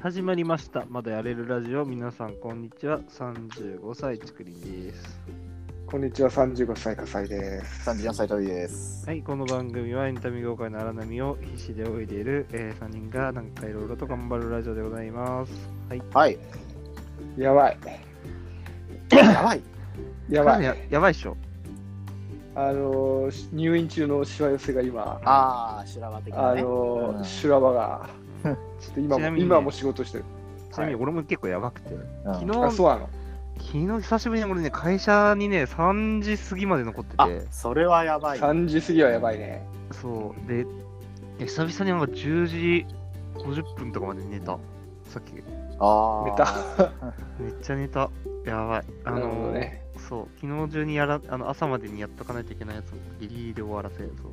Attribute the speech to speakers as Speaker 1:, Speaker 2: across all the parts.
Speaker 1: 始まりました。まだやれるラジオ。皆さん、こんにちは。35歳、ちくりんです。
Speaker 2: こんにちは、35歳、笠井です。
Speaker 3: 34歳鳥です。
Speaker 1: はい、この番組はエンタメ業界の荒波を必死で泳いでいる、え3人がなんかいろいろと頑張るラジオでございます。はい。
Speaker 3: はい。
Speaker 2: やばい、
Speaker 3: やばい。
Speaker 2: やば
Speaker 1: かなり
Speaker 2: い。
Speaker 1: ややばいっしょ。
Speaker 2: あのー、し入院中のしわ寄せが今、あ、
Speaker 3: ああ、修羅場的なね。
Speaker 2: のー
Speaker 3: うん
Speaker 2: 修羅場が、ちょっと今
Speaker 1: ちな
Speaker 2: も、
Speaker 1: みにね
Speaker 2: 今も仕事してる。
Speaker 1: ちなみに俺も結構やばくて。
Speaker 3: うん
Speaker 1: 昨
Speaker 2: あ、
Speaker 1: 日、
Speaker 2: そうなの。
Speaker 1: 昨日久しぶりに俺ね、会社にね、3時過ぎまで残って
Speaker 3: あ
Speaker 1: て、、
Speaker 3: それはやばい。
Speaker 2: 3時過ぎはやばいね。
Speaker 1: そう。で、え久々になんか10時50分とかまで寝た。さっき。
Speaker 3: あ
Speaker 2: 寝
Speaker 3: ー
Speaker 2: た。
Speaker 1: めっちゃ寝た。やばい。あ
Speaker 2: なるほ
Speaker 1: の
Speaker 2: ど
Speaker 1: ー、
Speaker 2: ね。
Speaker 1: そう、昨日中にやらあの朝までにやっとかないといけないやつをギリギリで終わらせると。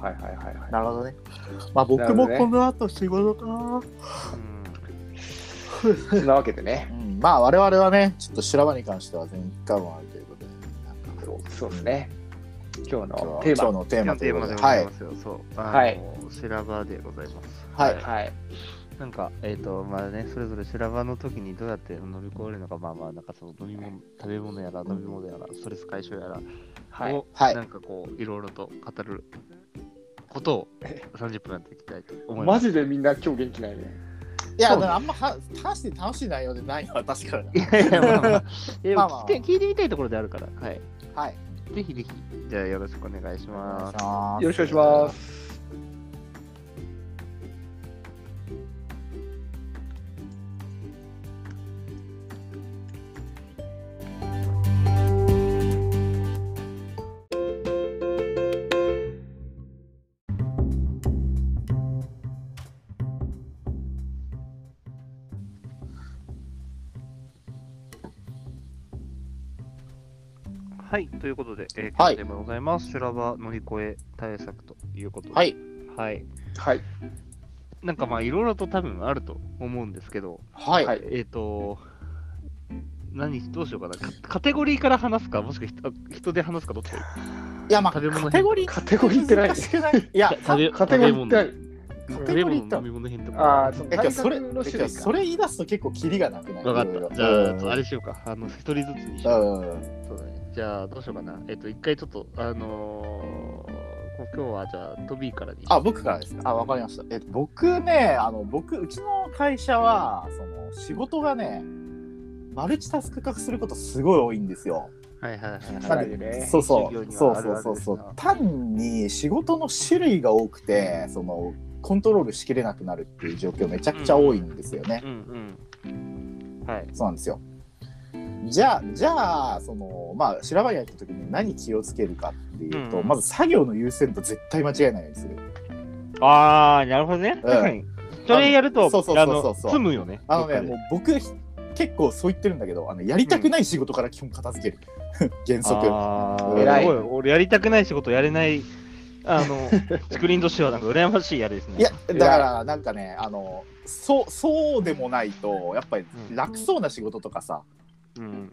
Speaker 2: はいはいはいはい。
Speaker 3: なるほどね。ま
Speaker 2: な
Speaker 3: あ僕
Speaker 2: るほ
Speaker 3: も
Speaker 2: どね
Speaker 3: この後仕事かな。
Speaker 1: うん、
Speaker 2: そんなわけでね
Speaker 3: う。ん、まあ我々はね、ちょっと修羅場に関しては前回もあるということで、なんか
Speaker 2: そうそうですね。今日
Speaker 3: 今日
Speaker 2: の
Speaker 3: は
Speaker 2: テー
Speaker 3: 今日
Speaker 2: マ。
Speaker 3: のテー
Speaker 1: 今日の
Speaker 3: マとい
Speaker 1: テー
Speaker 3: うこ
Speaker 1: マ
Speaker 3: と
Speaker 1: で
Speaker 3: で、
Speaker 1: ご
Speaker 3: は
Speaker 1: ざい
Speaker 3: い
Speaker 1: ま。すよ。そう。あの
Speaker 2: はい
Speaker 1: 修羅場でございます。
Speaker 3: はい
Speaker 2: はい。
Speaker 1: なんか、えっ、と、まあね、それぞれ修羅場の時にどうやって乗り越えるのか、まあまあ、なんかその飲み物、食べ物やら、飲み物やら、ストレス解消やら、
Speaker 2: はい。
Speaker 1: を、
Speaker 3: はい
Speaker 1: なんかこう、いろいろと語ることを30分やっていきたいと思いま
Speaker 2: マ
Speaker 1: す。
Speaker 2: ジでみんな今日元気ないね。
Speaker 3: いや、
Speaker 1: そう
Speaker 3: でもあんまは話して楽しい内容でないのは確かに。
Speaker 1: いやいや、まあまあ、でも
Speaker 3: まあまあ
Speaker 1: 聞いて聞いてみたいところであるから、はい。
Speaker 3: はい。
Speaker 1: ぜひぜひ、じゃあよろしくお願いします。
Speaker 2: よろしくお願いします。
Speaker 1: はい、ということで、えー、今日
Speaker 3: は
Speaker 1: の
Speaker 3: い
Speaker 1: テーマでございます。修羅場乗り越え対策ということで、
Speaker 3: は、い。
Speaker 1: はい、
Speaker 2: はい。
Speaker 1: なんかまあ、いろいろと多分あると思うんですけど、
Speaker 3: はい。
Speaker 2: はい
Speaker 1: えっ、と、何、どうしようかな、カカテゴリーから話すか、もしくは人あ人で話すか、どっちがいい
Speaker 3: いや、まあ、
Speaker 1: 食べ物
Speaker 3: カテゴリー
Speaker 2: カテゴリーってない
Speaker 3: 難しくない。いや、
Speaker 1: 食べ
Speaker 2: カテゴリーってない。
Speaker 1: 食
Speaker 3: カ
Speaker 1: べ
Speaker 3: テゴリ
Speaker 1: 物
Speaker 3: ー
Speaker 1: 食
Speaker 3: っ
Speaker 1: べ物、
Speaker 3: て
Speaker 1: 飲み物編と
Speaker 2: あ
Speaker 1: か
Speaker 2: あ、。その
Speaker 3: えてかそれ
Speaker 2: 体格の種
Speaker 3: てか
Speaker 2: 類
Speaker 3: そ
Speaker 2: か。
Speaker 3: れ言い出すと結構キリがなくない
Speaker 1: わか
Speaker 3: いろい
Speaker 1: っ
Speaker 3: ろ
Speaker 1: た。じゃ
Speaker 3: う
Speaker 1: あ、
Speaker 3: ん
Speaker 1: あれしようか。あの、一人ずつにしよう。
Speaker 3: う
Speaker 1: そうだね。じゃあ、どうしようかな。えっ、と、一回ちょっと、あのー、今日はじゃあ、トビーからに。
Speaker 3: あ、僕からですか。あ、わかりました。えっと、僕ね、あの、僕、うちの会社は、その、仕事がね、マルチタスク化することすごい多いんですよ。
Speaker 1: はいはいはい。
Speaker 3: なんで
Speaker 2: 辛いよね
Speaker 3: そうそ
Speaker 1: 企業
Speaker 3: う、
Speaker 1: に
Speaker 3: そ
Speaker 1: は
Speaker 3: う
Speaker 1: あ
Speaker 3: そ
Speaker 1: るあ
Speaker 3: う
Speaker 1: る
Speaker 3: そ
Speaker 1: で
Speaker 3: う
Speaker 1: すな
Speaker 3: そう。単に仕事の種類が多くて、その、コントロールしきれなくなるっていう状況めちゃくちゃ多いんですよね。
Speaker 1: うんうん。はい。
Speaker 3: そうなんですよ。じゃあ、じゃあ、その、まあ、調べに入った時に何気をつけるかっていうと、
Speaker 1: うん
Speaker 3: まず作業の優先度絶対間違えないようにする。
Speaker 1: ああ、なるほどね。確かに。 それやると、
Speaker 3: そうそう
Speaker 1: あ
Speaker 3: そうそう
Speaker 1: の、
Speaker 3: そう
Speaker 1: 積むよね。
Speaker 3: あのね、
Speaker 1: ど
Speaker 3: も
Speaker 1: っ
Speaker 3: う僕、ひ結構そう言ってるんだけど、あのやりたくない仕事から基本片付ける。
Speaker 1: か
Speaker 3: 原
Speaker 1: で
Speaker 3: 則。
Speaker 1: あー
Speaker 3: 偉い
Speaker 1: すご俺やりたくない仕事やれない、あ の、スクリーンとしてはなんか羨ましいあれですね。
Speaker 3: いや、だから、なんかね、あの、そう、そうでもないと、やっぱり
Speaker 1: うん
Speaker 3: 楽そうな仕事とかさ、
Speaker 1: うん。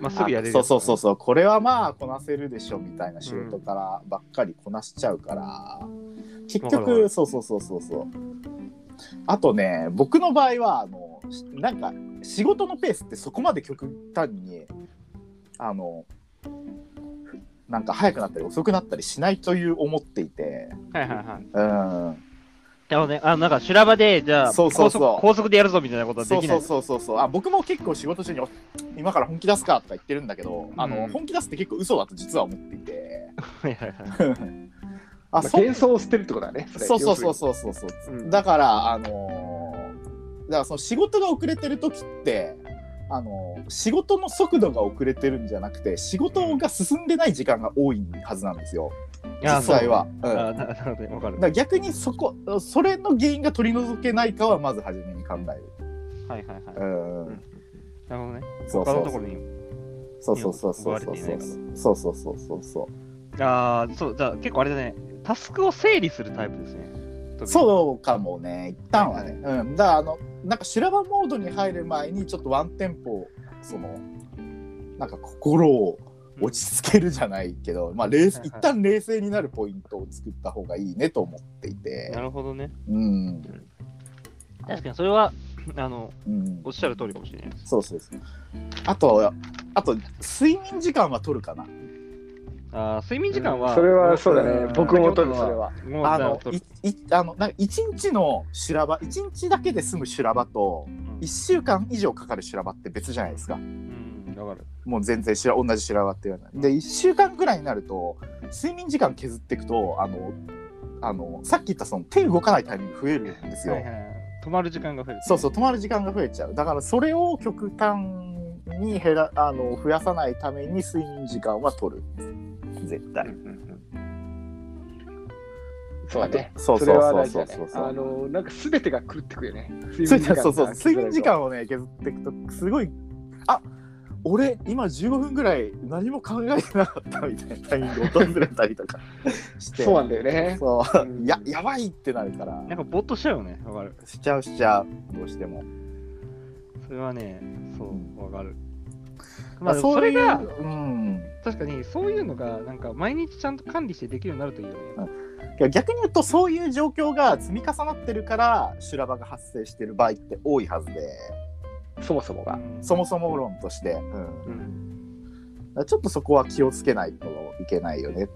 Speaker 1: まあ、すぐやれる。
Speaker 3: そうそうそうそう、これはまあこなせるでしょみたいな仕事からばっかりこなしちゃうから、結
Speaker 1: わかるわかる
Speaker 3: 局、そうそうそうそうそう。あとね、僕の場合は、あの、しなんか仕事のペースってそこまで極端に、あの、なんか早くなったり遅くなったりしないという思っていて、
Speaker 1: う。はいはいはい。
Speaker 3: うん。
Speaker 1: でもね、あの、なんか修羅場で、じゃあ、
Speaker 3: そうそうそう
Speaker 1: 高速高速でやるぞみたいなことはで
Speaker 3: そう
Speaker 1: きな
Speaker 3: そ。
Speaker 1: いう
Speaker 3: そうそうそうあ僕も結構仕事中にお「今から本気出すか」とか言ってるんだけど、あ
Speaker 1: う
Speaker 3: の
Speaker 1: ん
Speaker 3: 本気出すって結構嘘だと実は思っていて
Speaker 1: はいはいはい。
Speaker 3: あ
Speaker 2: まあ
Speaker 3: そう
Speaker 2: 幻想を捨てるってことだね。れ
Speaker 3: そうそうそうそうそうそう、
Speaker 1: うん
Speaker 3: だからあのーだからその仕事が遅れてる時ってあのー仕事の速度が遅れてるんじゃなくて仕事が進んでない時間が多いはずなんですよ
Speaker 1: いや
Speaker 3: 実際は。
Speaker 1: そううんあーななるほどね、わかる
Speaker 3: だか。ら逆にそこそれの原因が取り除けないかはまず初めに考える。。
Speaker 1: はいはいはいう
Speaker 3: ん
Speaker 1: うんなるほどね。
Speaker 3: そう
Speaker 1: 他
Speaker 3: そ
Speaker 1: の
Speaker 3: う
Speaker 1: と
Speaker 3: そ
Speaker 1: こ
Speaker 3: う
Speaker 1: ろに
Speaker 3: そうそうそうそう
Speaker 1: 奪わ
Speaker 3: そ
Speaker 1: れ
Speaker 3: う
Speaker 1: ていないから
Speaker 3: そうそうそうそうそ
Speaker 1: ああ、そう、じゃあ結構あれだね、タスクを整理するタイプですね。
Speaker 3: う
Speaker 1: う。
Speaker 3: そうかもね一旦はね、うんだからあのなんか修羅場モードに入る前にちょっとワンテンポそのなんか心を落ち着けるじゃないけど、まあ冷静
Speaker 1: はい
Speaker 3: 一
Speaker 1: はい
Speaker 3: 旦冷静になるポイントを作った方がいいねと思っていて
Speaker 1: なるほどね。
Speaker 3: うん
Speaker 1: 確かにそれは、あの、
Speaker 3: うん
Speaker 1: おっしゃる通りかもしれないです。
Speaker 3: そうそうそうあとあと睡眠時間は取るかな
Speaker 1: あー睡眠時間は、
Speaker 2: それはそうだ
Speaker 3: う
Speaker 2: ね
Speaker 3: ん。
Speaker 2: 僕も取る、それは。
Speaker 1: もう
Speaker 3: あ
Speaker 1: だ
Speaker 3: の
Speaker 1: と
Speaker 3: いいあのなんか一日の修羅場一日だけで済む修羅場と
Speaker 1: うん
Speaker 3: 1週間以上かかる修羅場って別じゃないですか
Speaker 1: うん、わかる。
Speaker 3: もう全然修羅同じ修羅場っていうのはで1週間ぐらいになると睡眠時間削っていくとあのあのさっき言ったその手動かないタイミング増えるんですよ、
Speaker 1: はいはいはい。止まる時間が増える。
Speaker 3: そうそう止まる時間が増えちゃうだからそれを極端に減らあの増やさないために睡眠時間は取る絶対、
Speaker 2: そうだね。
Speaker 3: そうそう
Speaker 2: れは大事だね
Speaker 3: そうそうそう
Speaker 2: あの、なんか全てが狂ってくよね。睡
Speaker 3: そうそうそう
Speaker 2: が
Speaker 3: 睡眠時間をね削っていくとすごいあ俺今15分ぐらい何も考えてなかったみたいなタイミング訪れたりとかし て
Speaker 2: そうなんだよね。
Speaker 3: そう
Speaker 2: うん
Speaker 3: ややばいってなるから
Speaker 1: なんかぼーっとしちゃうよね。わかる。
Speaker 3: しちゃうしちゃうどうしても
Speaker 1: それはね、そう、わかる。まあ、
Speaker 3: まあ
Speaker 1: でも
Speaker 3: そ
Speaker 1: それ
Speaker 3: れが
Speaker 1: が、
Speaker 3: うん
Speaker 1: 確かにそういうのが、なんか毎日ちゃんと管理してできるようになるといいよね。
Speaker 3: いや逆に言うとそういう状況が積み重なってるから修羅場が発生してる場合って多いはずで
Speaker 2: そもそもが。
Speaker 1: うん
Speaker 3: そもそも論として、うんだ
Speaker 2: うん
Speaker 3: からちょっとそこは気をつけないといけないよね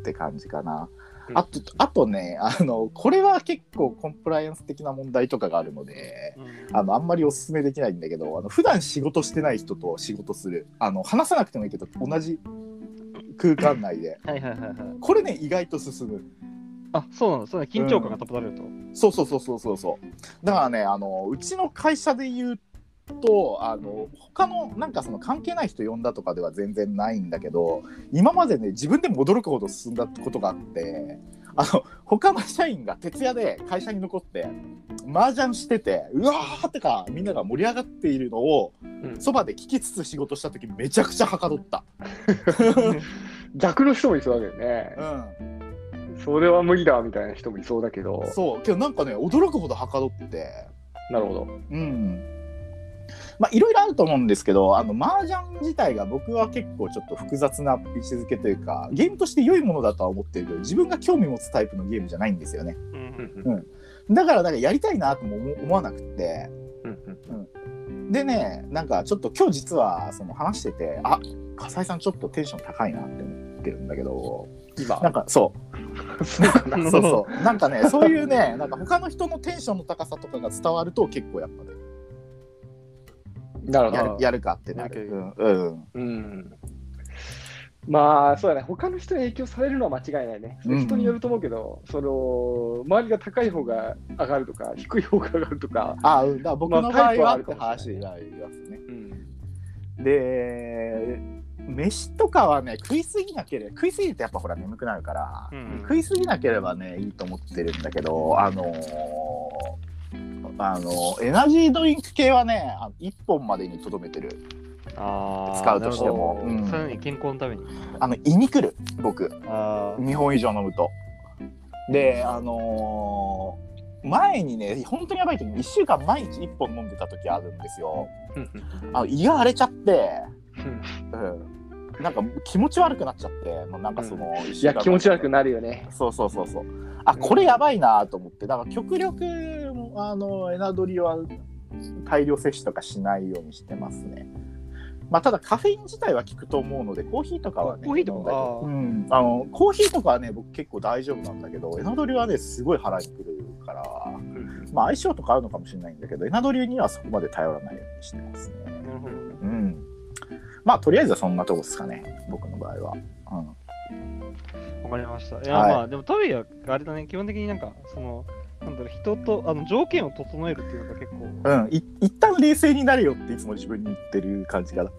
Speaker 3: って感じかな。
Speaker 1: うん
Speaker 3: あとあとねあのこれは結構コンプライアンス的な問題とかがあるので
Speaker 1: うん
Speaker 3: あのあんまりおすすめできないんだけどあの普段仕事してない人と仕事するあの話さなくてもいいけど同じ空間内で
Speaker 1: はいはいはいはい。
Speaker 3: これね意外と進む。
Speaker 1: あ、そうなの、そうなの、緊張感が保たれると。
Speaker 3: そうそうそうそうそうそう。だからね、あのうちの会社で言うと、あの他のなんかその関係ない人呼んだとかでは全然ないんだけど、今までね自分でも驚くほど進んだことがあって、あの他の社員が徹夜で会社に残って麻雀してて、うわーってかみんなが盛り上がっているのを
Speaker 2: ん
Speaker 3: そばで聞きつつ仕事した時めちゃくちゃはかどった。
Speaker 2: 逆の人もいそうだけどね。
Speaker 3: うん。
Speaker 2: それは無理だみたいな人もいそうだけど。
Speaker 3: そう。けどなんかね驚くほどはかどって。
Speaker 2: なるほど。
Speaker 3: うんまあいろいろあると思うんですけどあの麻雀自体が僕は結構ちょっと複雑な位置づけというかゲームとして良いものだとは思ってるけど自分が興味持つタイプのゲームじゃないんですよね
Speaker 1: うん
Speaker 3: だからなんかやりたいなとも思思わなくって
Speaker 2: うん
Speaker 3: でねなんかちょっと今日実はその話しててあ笠井さんちょっとテンション高いなって思ってるんだけど
Speaker 2: 今
Speaker 3: なんかそう
Speaker 1: なる
Speaker 3: そ
Speaker 1: ほ
Speaker 3: う
Speaker 1: ど
Speaker 3: そうなんかねそういうねなんか他の人のテンションの高さとかが伝わると結構やっぱね
Speaker 2: なる
Speaker 3: や
Speaker 2: ほ
Speaker 3: る
Speaker 2: ど。
Speaker 3: やるかってなる、うんうん、
Speaker 2: うん。まあそうだね、他の人に影響されるのは間違いないね。それ
Speaker 3: うん
Speaker 2: 人によると思うけど、その周りが高い方が上がるとか、低い方が上がるとか、
Speaker 3: あうんだから僕の場
Speaker 2: まあタ
Speaker 3: 合
Speaker 2: イプは
Speaker 3: は
Speaker 2: あ
Speaker 3: っ
Speaker 2: る
Speaker 3: て
Speaker 2: かもし
Speaker 3: 話
Speaker 2: れ
Speaker 3: になりますね。
Speaker 2: うん、
Speaker 3: で飯とかはね食いすぎなければ食いすぎるとやっぱほら眠くなるから、
Speaker 1: うん
Speaker 3: 食いすぎなければねいいと思ってるんだけどあのーあのエナジードリンク系はねあの1本までにとどめてる
Speaker 1: あー
Speaker 3: 使うとしても
Speaker 1: なるほど
Speaker 3: うん
Speaker 1: さらに健康のために。
Speaker 3: あの胃にくる僕
Speaker 1: あ
Speaker 3: 2本以上飲むとであのー前にね本当にやばい時に1週間毎日1本飲んでた時あるんですよあの胃が荒れちゃってうん、なんか気持ち悪くなっちゃって、もうなんかその、
Speaker 2: いや、気持ち悪く
Speaker 3: な
Speaker 2: なるよね。
Speaker 3: そうそうそうそう。あ、これやばいなと思って、だから極力、あの、エナドリは大量摂取とかしないようにしてますね。まあ、ただカフェイン自体は効くと思うので、コーヒーとかはね、
Speaker 1: コーヒーとか
Speaker 3: 飲んだり
Speaker 1: あー
Speaker 3: うん、あのコーヒーとかはね、僕結構大丈夫なんだけど、エナドリはね、すごい腹にくるから、まあ相性とかあるのかもしれないんだけど、エナドリにはそこまで頼らないようにしてますね。
Speaker 1: あ、なるほど。
Speaker 3: うん。まあ、とりあえずはそんなとこですかね、僕の場合は。
Speaker 1: わかりました。いや、
Speaker 3: はい
Speaker 1: まあ、でもトイレはあれだね、基本的になんか、その、なんだろう、人と、あの、条件を整えるっていうのが結構、
Speaker 3: うん。うん、い一旦冷静になれよっていつも自分に言ってる感じから、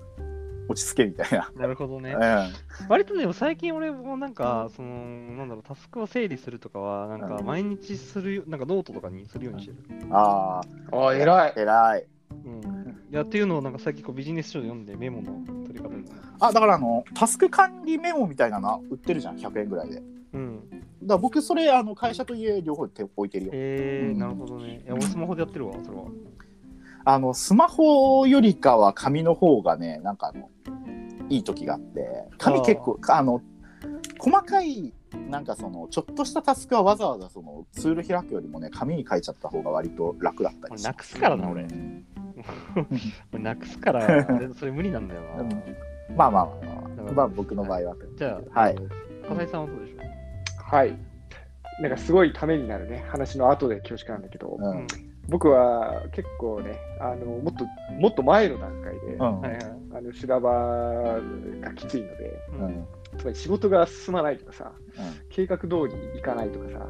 Speaker 3: 落ち着けみたいな。
Speaker 1: なるほどね。
Speaker 3: う
Speaker 1: 割とでも最近俺もなんか、その、なんだろう、タスクを整理するとかは、なんか
Speaker 3: うん
Speaker 1: 毎日するよ、なんかノートとかにするようにしてる。
Speaker 3: ん。ああ、
Speaker 2: ああ、偉い。
Speaker 3: 偉い。
Speaker 1: うん。いや、っていうのをなんか最近こうビジネス書で読んでメモの取り方みたいな。
Speaker 3: あ、だからあの、タスク管理メモみたいなの売ってるじゃん、100円ぐらいで。だか
Speaker 1: うん。
Speaker 3: ら僕、それ、あの、会社と家両方に手置いてるよ。
Speaker 1: え
Speaker 3: う
Speaker 1: ー、
Speaker 3: ん
Speaker 1: なるほどね。いや、俺スマホでやってるわ、それは。
Speaker 3: あの、スマホよりかは紙の方がね、なんかあの、いい時があって、紙結構、あの、細かいなんかそのちょっとしたタスクはわざわざそのツール開くよりもね紙に書いちゃった方が割と楽だった
Speaker 1: こ
Speaker 3: り
Speaker 1: れ
Speaker 3: し
Speaker 1: なくすからな、俺。これなくすから、俺それ無理なんだよな。
Speaker 3: うんまあまあまあまあ、まあ、僕の場合は。
Speaker 1: じゃあ、
Speaker 3: はい
Speaker 1: えー。笠井さんはどうでしょ
Speaker 2: はい。なんかすごいためになるね、話の後で恐縮なんだけど、
Speaker 3: うん
Speaker 1: ううん
Speaker 2: 僕は結構ね、あのもっともっと前の段階で、
Speaker 3: うん
Speaker 1: はいはい
Speaker 2: あの修羅場がきついので、
Speaker 1: うん
Speaker 3: う
Speaker 1: うん
Speaker 3: ん
Speaker 2: つまり仕事が進まないとかさ、計画通りにいかないとかさ、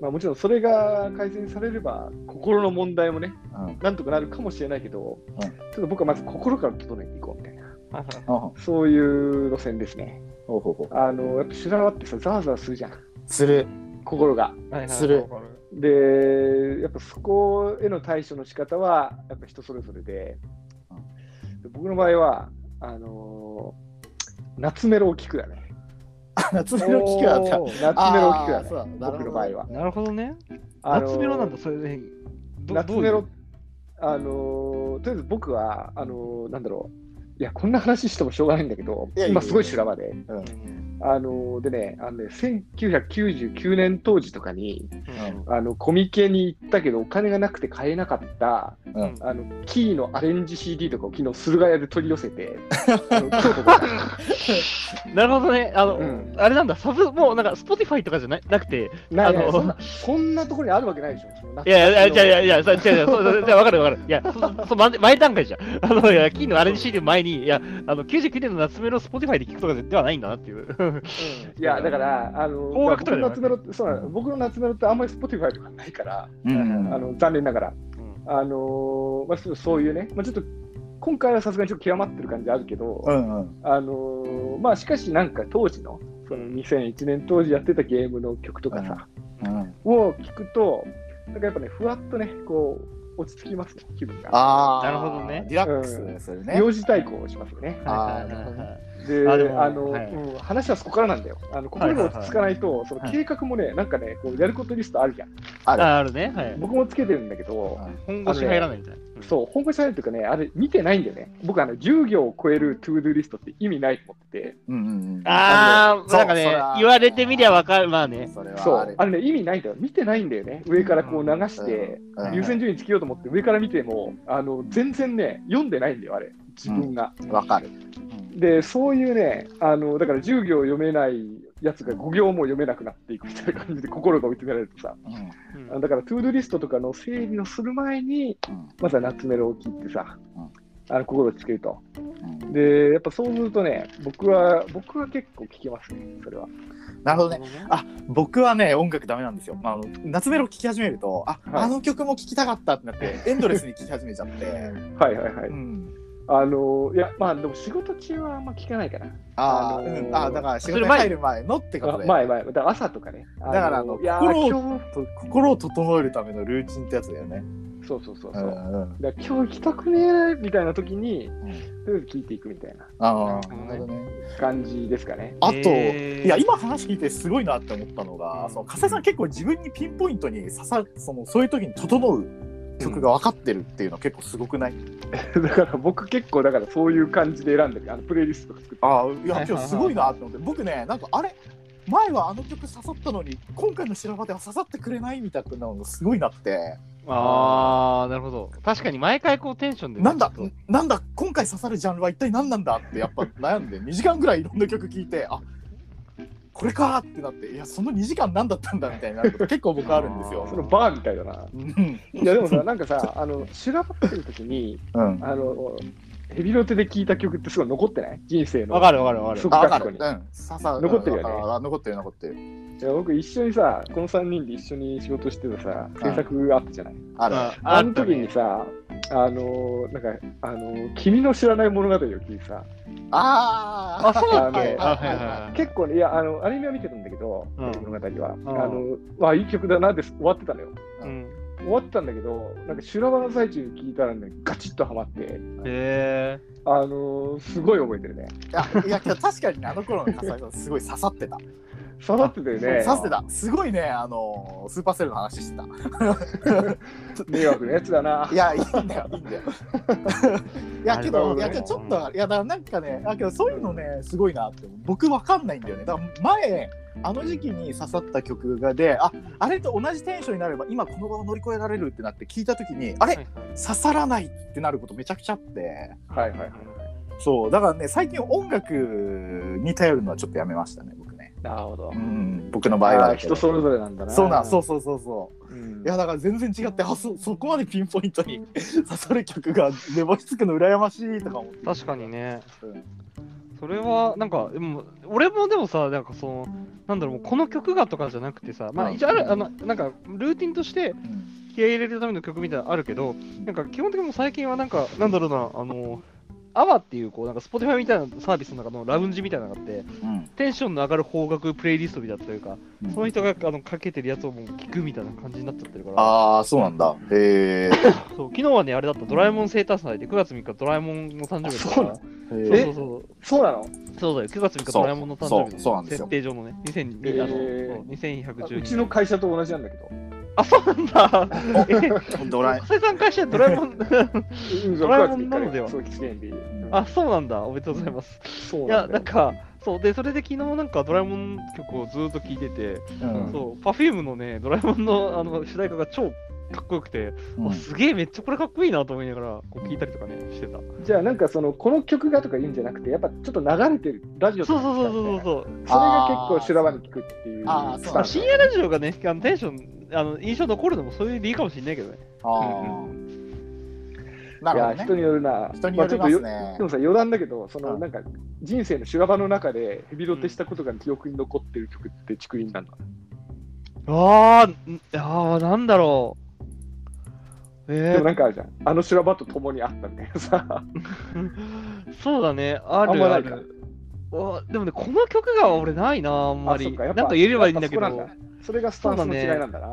Speaker 2: まあ、もちろんそれが改善されれば、心の問題もね、
Speaker 3: うん
Speaker 2: なんとかなるかもしれないけど、
Speaker 3: うん
Speaker 2: ちょっと僕はまず心から整えていこうみたいな、
Speaker 1: あ
Speaker 3: ほ
Speaker 2: そういう路線ですね。
Speaker 3: うほうほう
Speaker 2: あのやっぱ修羅場ってさ、ざわざわするじゃん、
Speaker 3: する
Speaker 2: 心が。
Speaker 1: はいはい
Speaker 3: する
Speaker 1: わか
Speaker 2: でやっぱそこへの対処の仕方はやっぱ人それぞれでで僕の場合はあのー夏メロを聞くだね
Speaker 3: 夏メロ聞くあった
Speaker 2: 夏メロを聞くだね
Speaker 3: そうなるほ
Speaker 2: 僕
Speaker 3: ど
Speaker 2: の場合は
Speaker 1: るなるほどね。
Speaker 2: あのー
Speaker 1: 夏メロなんだ、それで。ど
Speaker 2: 夏メ
Speaker 1: ど
Speaker 2: ロ
Speaker 1: ういう
Speaker 2: あのーとりあえず僕はあのーなんだろういやこんな話してもしょうがないんだけど
Speaker 3: いやいやいや
Speaker 2: 今すごい修羅場で、
Speaker 3: うん
Speaker 2: あのーでねあのね1999年当時とかに
Speaker 1: うん
Speaker 2: あのコミケに行ったけどお金がなくて買えなかった
Speaker 3: うん
Speaker 1: うん
Speaker 2: あのキーのアレンジ CD とかを昨日駿河屋で取り寄せ て、あの京都から
Speaker 1: なるほどね。あの、
Speaker 2: うん
Speaker 1: あれなんだ、サブ、もうなんか、Spotify とかじゃななくて、
Speaker 2: ないない
Speaker 1: あの
Speaker 2: そんなこんなところにあるわけないでしょ。その夏
Speaker 1: いやいや、いやいやいや、いや、違う違う、そうそう、じゃわかるわかる。いや、そそう前前段階じゃん。あの、いや、金のあれにしいて前に、いや、あの、99年の夏メロ Spotify で聞くとかではないんだなっていう。
Speaker 2: いやだから、あの
Speaker 1: 邦楽とか
Speaker 2: 僕
Speaker 1: じゃなくて
Speaker 2: の夏メロってそうなの僕の夏メロってあんまり Spotify とかないから、
Speaker 3: うん
Speaker 2: あの残念ながら、あのーまあ、そうそういうね、まあ、ちょっと今回はさすがにちょっと極まってる感じあるけど、
Speaker 3: うんうん
Speaker 2: あのーまあ、しかし、なんか当時のその2001年当時やってたゲームの曲とかさ、
Speaker 3: うん
Speaker 2: を聞くと、なんかやっぱね、ふわっとね、こう落ち着きますね、気分が。
Speaker 3: ああ
Speaker 1: なるほどね
Speaker 3: リラックスねそれね
Speaker 2: 幼児対抗をしますよね。
Speaker 3: あー
Speaker 1: はいはいはいはい
Speaker 2: で、あ
Speaker 1: あでも
Speaker 2: の、
Speaker 1: はい
Speaker 2: うん話はそこからなんだよ。あの、心が落ち着かないと、その
Speaker 1: はい
Speaker 2: 計画もね、なんかね、こうやることリストあるじゃん。
Speaker 3: ある
Speaker 1: ああるね。はい。
Speaker 2: 僕もつけてるんだけど
Speaker 3: は、
Speaker 1: 本腰入らないみたいな。うん
Speaker 2: そう、本腰入るというかね、あれ見てないんだよね。僕あの10行を超えるトゥードゥーリストって意味ないと思ってて、
Speaker 3: うんうんうん
Speaker 1: ああ、
Speaker 3: そう
Speaker 1: なんかね
Speaker 3: それは、
Speaker 1: 言われてみりゃわかる。まあね。
Speaker 3: それ
Speaker 2: そ
Speaker 3: はあ
Speaker 2: う
Speaker 3: る、
Speaker 2: あれね意味ないんだよ。見てないんだよね。上からこう流して、
Speaker 3: うん
Speaker 2: 優先順位つけようと思って上から見ても、あの全然ね、読んでないんだよあれ。自分が。
Speaker 3: わかる
Speaker 2: でそういうねあのだから10行読めないやつが5行も読めなくなっていくみたいな感じで心が追い詰められるとさ
Speaker 3: うんうん
Speaker 1: うん
Speaker 2: だからトゥードゥリストとかの整理をする前にまずは夏メロを切ってさ、あの心をつけると
Speaker 3: うん
Speaker 2: でやっぱそうするとね僕は僕は結構聞きますねそれは
Speaker 3: なるほどね。あ僕はね音楽ダメなんですよ、まあ、あの夏メロ聴き始めるとあ、
Speaker 2: はい
Speaker 3: あの曲も聴きたかったってなってエンドレスに聴き始めちゃって、
Speaker 2: はいはいはい、
Speaker 3: うん、
Speaker 2: あのいやまあでも仕事中はあんま聞かないかな
Speaker 3: あ、
Speaker 2: あのー
Speaker 3: うん、あだから仕
Speaker 1: そ
Speaker 3: 事
Speaker 1: れ
Speaker 3: に
Speaker 1: 前
Speaker 3: 入る前のってこと
Speaker 2: あ
Speaker 3: で
Speaker 2: 前前だから朝とかね
Speaker 3: だからあの
Speaker 2: いや
Speaker 3: 心を
Speaker 2: 今
Speaker 3: と心を整えるためのルーチンってやつだよね。
Speaker 2: 日そうそうそう
Speaker 3: う
Speaker 2: そう、だか
Speaker 3: んうん、
Speaker 2: ら今日行きたくねえみたいな時に、とりあえず聞いていくみたいな
Speaker 3: あ
Speaker 1: なる
Speaker 3: あ、
Speaker 1: ほどね
Speaker 3: なるほどね。
Speaker 2: 感じですかね。
Speaker 3: あと、
Speaker 1: へー
Speaker 3: いや今話聞いてすごいなって思ったのが、その笠井さん結構自分にピンポイントに刺さそのそういう時に整う曲が分かってるっていうのは結構すごくない、
Speaker 2: だから僕結構だからそういう感じで選んでるあのプレイリストとか作って
Speaker 3: ああいや今日すごいなって思って僕ねなんかあれ前はあの曲刺さったのに今回の修羅場では刺さってくれないみたいなのがすごいなって
Speaker 1: あー、なるほど。確かに毎回こうテンションでね。
Speaker 3: なんだ
Speaker 1: ちょっ
Speaker 3: なんだ今回刺さるジャンルは一体何なんだってやっぱ悩んで2時間ぐらいいろんな曲聴いてあこれかーってなっていやその2時間何だったんだみたいになること結構僕あるんです
Speaker 2: そ
Speaker 3: よ。
Speaker 2: のバーみたいだな。
Speaker 3: うん
Speaker 2: いやでもさ、なんかさ、あの修羅場ってる時に、
Speaker 3: うん
Speaker 2: あのヘビロテで聴いた曲ってすごい残ってない人生
Speaker 1: と
Speaker 2: の。
Speaker 1: わかるわかるわかる
Speaker 2: そ。
Speaker 3: あわか
Speaker 2: 深
Speaker 3: る。う
Speaker 2: く
Speaker 3: ん。
Speaker 2: こ
Speaker 3: 刺さ
Speaker 2: 残ってるよね
Speaker 3: うんわかわか残ってる残ってる。
Speaker 2: いや僕一緒にさ、この3人で一緒に仕事してたさ、制作あったじゃない。
Speaker 3: ある。
Speaker 2: あの時にさ、あのなんか、あの君の知らない物語を聞いてさ、
Speaker 3: あー
Speaker 1: あ、そうだっ
Speaker 3: はい
Speaker 1: け
Speaker 3: は
Speaker 1: あ
Speaker 3: い
Speaker 1: はいはい
Speaker 3: は
Speaker 1: はい
Speaker 2: 結構ね、いや、あのアニメは見てたんだけど、
Speaker 1: うん
Speaker 2: 物語は。
Speaker 1: ん
Speaker 2: あのまあ、いい曲だなって終わってたのよ。
Speaker 1: うん。
Speaker 2: 終わってたんだけど、なんか修羅場の最中に聞いたらね、ガチッとハマって、
Speaker 1: へ
Speaker 2: あのー、すごい覚えてるね。
Speaker 3: いいやいや確かにねあの頃の笠井さんすごい刺さってた。
Speaker 2: 刺さってたよね。
Speaker 3: 刺してた。すごいねあのスーパーセルの話してた。
Speaker 2: 迷惑なやつだな。
Speaker 3: いや、いいんだよ、いいんだよ。いや、
Speaker 2: なるほど
Speaker 3: けど、い
Speaker 2: ね
Speaker 3: や、けどちょっと、いや、だからなんかね、あけどそういうのね、すごいなって、僕わかんないんだよね。だから前、あの時期に刺さった曲がでああれと同じテンションになれば今この場を乗り越えられるってなって聞いた時にあれ
Speaker 1: はい
Speaker 3: 刺さらないってなることめちゃくちゃあって
Speaker 2: はいはいはい。
Speaker 3: そうだからね最近音楽に頼るのはちょっとやめましたね僕ね、
Speaker 2: なるほど
Speaker 3: う。ん、僕の場
Speaker 2: あ
Speaker 3: 合は
Speaker 2: あ人それぞれなんだな。
Speaker 3: そうなんそうそうそうそう
Speaker 2: うん。
Speaker 3: いやだから全然違ってあそそこまでピンポイントに刺さる曲が目星つくの羨ましいとか思って
Speaker 1: 確かにね
Speaker 3: うん。
Speaker 1: それは、なんか、でも俺もでもさ、なんかその、なんだろう、もうこの曲がとかじゃなくてさ、まあ、
Speaker 3: うん
Speaker 1: 一応ある、あの、なんか、ルーティンとして
Speaker 3: うん
Speaker 1: 気合い入れるための曲みたいなのあるけど、なんか、基本的にもう最近は、なんか、なんだろうな、あの、アワっていう、こう、なんか、Spotify みたいなサービスの中のラウンジみたいなのがあって、
Speaker 3: うん
Speaker 1: テンションの上がる方角プレイリストみたいなというか、
Speaker 3: うん
Speaker 1: その人があのかけてるやつをもう聞くみたいな感じになっちゃってるから、
Speaker 3: ああそうなんだへえ
Speaker 1: そう昨日はね、あれだった、ドラえもん生誕祭で9月3日ドラえもんの誕生日だったから、
Speaker 3: へ
Speaker 1: そう
Speaker 3: え
Speaker 1: そうそう。
Speaker 2: そうなの
Speaker 1: そうだよ、9月3日
Speaker 3: そう
Speaker 1: ドラえもんの誕生日
Speaker 3: そうそうなんですよ
Speaker 1: 設定上のね、2000
Speaker 2: えー
Speaker 1: あのそう
Speaker 2: あ
Speaker 1: 2112
Speaker 2: うちの会社と同じなんだけど。
Speaker 1: あ、そうなんだ。
Speaker 3: ドラえ
Speaker 1: え、生さん会社ドラえもん。
Speaker 2: うん
Speaker 1: ドラえもんなのでは
Speaker 2: そう、記念日。
Speaker 1: あ、そうなんだ。おめでとうございます。
Speaker 2: そう
Speaker 1: い
Speaker 2: な
Speaker 1: や、
Speaker 2: んだ
Speaker 1: なん
Speaker 2: よ。
Speaker 1: か、そう、で、それで昨日なんかドラえもん曲をずっと聴いてて、
Speaker 3: うん
Speaker 1: そう、Perfume のね、ドラえもんのあの主題歌が超かっこよくて、
Speaker 3: うん
Speaker 1: あすげえ、めっちゃこれかっこいいなと思いながら、こう聞いたりとかね、してた。
Speaker 2: じゃあなんかその、この曲がとか言うんじゃなくて、やっぱちょっと流れてる、ラジオ
Speaker 1: そ
Speaker 2: と
Speaker 1: う
Speaker 2: か
Speaker 1: そうそう
Speaker 2: に聞か
Speaker 1: そう
Speaker 2: れて
Speaker 1: そう。
Speaker 2: それが結構修羅場に聞くっていう。
Speaker 3: あーそう
Speaker 1: まあ、深夜ラジオがね、あのテンション、あの印象残るのもそういう理由かもしれないけどね。
Speaker 3: ああないる
Speaker 2: や、
Speaker 3: ほどね
Speaker 2: 人によるな。
Speaker 3: 人により
Speaker 2: まあちょ
Speaker 3: ます
Speaker 2: っとよ
Speaker 3: ね
Speaker 2: でもさ、余談だけど、その
Speaker 3: うん
Speaker 2: なんか人生の修羅場の中でヘビロテしたことが記憶に残ってる曲って竹林なの。
Speaker 1: あーんあー、なんだろう。
Speaker 2: で
Speaker 1: えー
Speaker 2: もなんかあるじゃん。あの修羅場と共にあったみたいなさ。
Speaker 1: そうだね、 ある
Speaker 2: あんま
Speaker 1: あ
Speaker 2: ないか
Speaker 1: る。あでもね、この曲が俺ないな、あんま
Speaker 2: あそ
Speaker 1: り。
Speaker 2: っか
Speaker 1: な
Speaker 2: やっ
Speaker 1: ん
Speaker 2: ぱ
Speaker 1: か言えればいいんだけど、
Speaker 2: やっぱそこ
Speaker 1: な
Speaker 2: なんそれがスタンスの違いなんだな。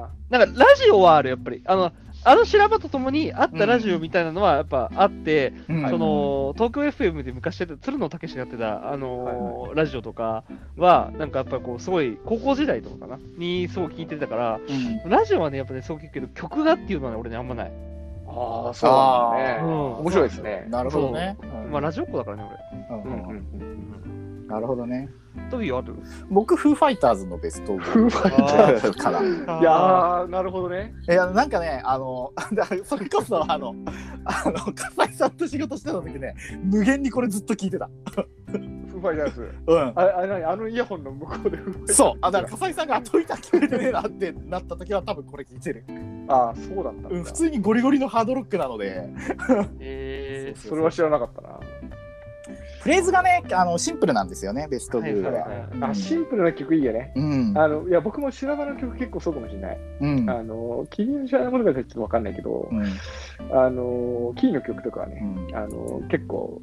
Speaker 1: んかラジオはある、やっぱり。あの、あの修羅場とともにあったラジオみたいなのはやっぱあって、
Speaker 3: うん
Speaker 1: その、東京 FM で昔やってた、鶴野武史がやってた、あのーラジオとかは、なんかやっぱこう、すごい、高校時代とかかな、にすごい聞いてたから、
Speaker 3: うん
Speaker 1: ラジオはね、やっぱね、そう聞くけど、曲がっていうのはね、俺ね、あんまない。
Speaker 2: ああ、そうなんだ
Speaker 1: う
Speaker 2: ね。
Speaker 1: ん
Speaker 2: 面白いですね。
Speaker 3: なるほどね
Speaker 1: まあ、ラジオっ子だからね、俺。
Speaker 3: うん
Speaker 2: う
Speaker 3: うん
Speaker 2: んう
Speaker 3: うん
Speaker 2: ん
Speaker 3: なるほどね
Speaker 1: トビーはある
Speaker 3: 僕フーファイターズのベストオブ
Speaker 2: フーファイタ
Speaker 1: ー
Speaker 3: から
Speaker 2: いやー、なるほどね。
Speaker 3: いやなんかねあの だからそれこそあのあの笠井さんと仕事してた時ね無限にこれずっと聞いてた
Speaker 2: フーファイターズ。
Speaker 3: うん
Speaker 2: ああ何あのイヤホンの向こうでフーファイターズ
Speaker 3: そうあだから笠井さんが後板聞こえてねえなってなった時は多分これ聞いてる、
Speaker 2: ああ、そうだったんだ。
Speaker 3: うん、普通にゴリゴリのハードロックなので
Speaker 1: え
Speaker 3: う
Speaker 2: それは知らなかったな。
Speaker 3: フレーズがねあのシンプルなんですよねベストブーは,、
Speaker 1: はいはいはい
Speaker 3: うん
Speaker 2: あシンプルな曲いいよね。
Speaker 3: うん
Speaker 2: あのいや僕も修羅場の曲結構そうかもしれない。
Speaker 3: うん
Speaker 2: あのキーの知らないものがちょっと分かんないけど
Speaker 3: う、ん
Speaker 2: あのキーの曲とかはね、
Speaker 3: うん
Speaker 2: あの結構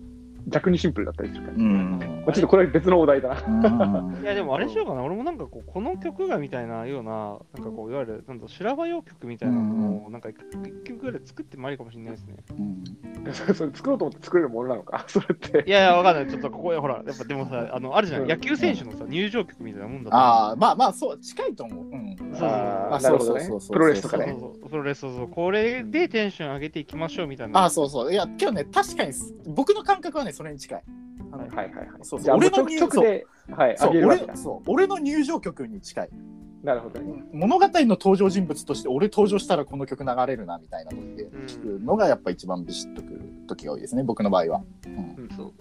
Speaker 2: 逆にシンプルだったりするから、
Speaker 3: う
Speaker 2: ま
Speaker 3: ん
Speaker 2: あ、ちょっとこれ別のお題だな。
Speaker 3: うん
Speaker 1: いやでもあれしようかな、俺もなんかこう、この曲がみたいなような、なんかこう、いわゆる、なんだろう、修羅場用曲みたいなのを、なんか一曲ぐらい作ってもありかもしれないですね。
Speaker 3: うん
Speaker 2: それ作ろうと思って作れるものなのか、それって。
Speaker 1: いやいや、わかんない。ちょっとここ、ほら、やっぱでもさ、あの、あるじゃ、
Speaker 2: うんん
Speaker 1: 野球選手のさ、入場曲みたいなもんだと思う
Speaker 3: ああまあまあそう近いと思う、うん、
Speaker 1: そう
Speaker 2: あ
Speaker 3: あ
Speaker 2: ーなるほどね
Speaker 3: そうそうそうそう
Speaker 2: プロレスと
Speaker 1: そ
Speaker 2: か
Speaker 1: う
Speaker 2: ね。
Speaker 1: そうそう、プロレスそうそう、これでテンション上げていきましょうみたいな。
Speaker 3: あそうそういや今日ね確かにす僕の感覚はねそれに近いあの
Speaker 2: はいはいはい。
Speaker 3: そうそう
Speaker 2: じゃあ
Speaker 3: 俺
Speaker 2: 俺
Speaker 3: の
Speaker 2: の曲で、はい、
Speaker 3: そ
Speaker 2: あ
Speaker 3: う
Speaker 2: げるわけだ
Speaker 3: 俺。そう俺の入場曲に近い
Speaker 2: なるほどね。
Speaker 3: 物語の登場人物として俺登場したらこの曲流れるなみたいなので
Speaker 1: うん
Speaker 3: 聞くのがやっぱ一番ビシッとくる時が多いですね僕の場合は
Speaker 2: うん
Speaker 1: そう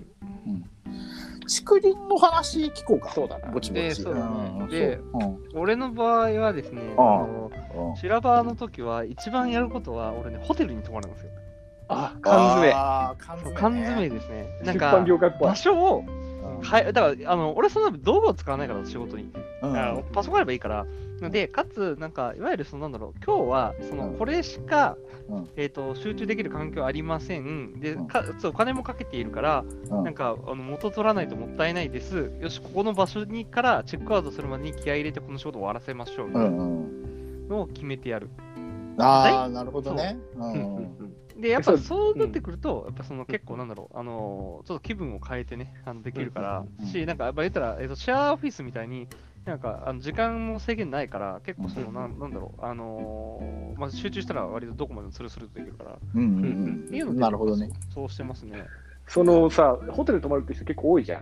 Speaker 3: 竹林の話聞こうか
Speaker 2: そうだな。
Speaker 3: ぼちぼ
Speaker 1: で
Speaker 3: ち
Speaker 1: そうだね
Speaker 3: うん
Speaker 1: で
Speaker 3: そううん
Speaker 1: 俺の場合はですね、あ
Speaker 3: ああ
Speaker 1: の
Speaker 3: うん
Speaker 1: 修羅場の時は、一番やることは、俺ね、ホテルに泊まるんですよ。
Speaker 2: あ、缶詰。
Speaker 3: あー缶詰ね
Speaker 1: 缶詰ですね。なん
Speaker 2: 出
Speaker 1: か
Speaker 2: 版、業界っぽい
Speaker 1: 場。所を
Speaker 3: うん
Speaker 1: 変え、だから、あの俺、そんな道具を使わないから、仕事に。
Speaker 3: うん
Speaker 1: あのパソコンあればいいから。で、かつ、なんか、いわゆる、その、なんだろう、今日は、その、
Speaker 3: うん
Speaker 1: これしか、
Speaker 3: うん
Speaker 1: えっ、と、集中できる環境ありません。で、
Speaker 3: うん
Speaker 1: かつ、お金もかけているから、
Speaker 3: うん
Speaker 1: なんか、あの元取らないともったいないです。よし、ここの場所にから、チェックアウトするまでに気合い入れて、この仕事を終わらせましょう。み
Speaker 3: う
Speaker 1: たいなん
Speaker 3: うん
Speaker 1: のを決めてやる。
Speaker 3: ああなるほどねう
Speaker 2: うん
Speaker 3: ん
Speaker 2: う
Speaker 3: うんん
Speaker 2: うん
Speaker 1: で、やっぱ
Speaker 2: そう
Speaker 1: そうなってくると、やっぱその結構なんだろう、あのーちょっと気分を変えてね、あのできるから、
Speaker 3: うん
Speaker 1: し、なんかやっぱ言ったら、えっとシェアオフィスみたいに、なんかあの時間も制限ないから、結構その、
Speaker 2: うん
Speaker 1: なんなんだろう、あのーまあ、集中したら割とどこまでもスルスルとできるから、っ
Speaker 3: うん
Speaker 2: うん
Speaker 1: ていう
Speaker 3: う
Speaker 1: の
Speaker 3: ん
Speaker 1: で、
Speaker 3: なるほどね
Speaker 1: そうしてますね。
Speaker 2: そのさ、ホテル泊まるって人結構多いじゃん。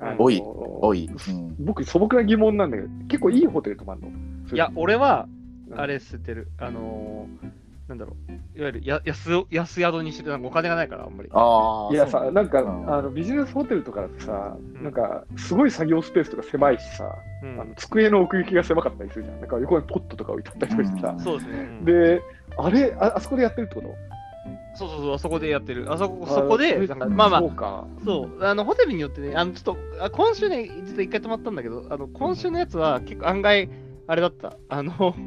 Speaker 2: あの
Speaker 3: おい多い、うん
Speaker 2: 僕、素朴な疑問なんだけど、結構いいホテル泊まるの
Speaker 1: いや、、俺は、
Speaker 2: うん
Speaker 1: あれ捨ててる。あのー、なんだろう。いわゆるや安安宿にしてて、なんかお金がないから、あんまり。
Speaker 3: ああ
Speaker 2: いやさ、なんか、
Speaker 3: うん
Speaker 2: あのビジネスホテルとかだとさ、
Speaker 1: ん
Speaker 2: なんか、すごい作業スペースとか狭いしさ、
Speaker 1: う
Speaker 2: あの
Speaker 1: ん、
Speaker 2: 机の奥行きが狭かったりするじゃん。なんか横にポットとか置いてあったりとかしてさ。
Speaker 1: そうですね。うん
Speaker 2: で、あれあ、あそこでやってるってこと
Speaker 1: そうそうそう、あそこでやってる。あそこ、そこで、なんか
Speaker 3: うん
Speaker 1: まあまあ
Speaker 2: そ、うか。
Speaker 1: そう、あの、ホテルによってね、あの、ちょっと、あ今週ね、実は一回泊まったんだけど、あの、今週のやつは結構案外、あれだった。あの、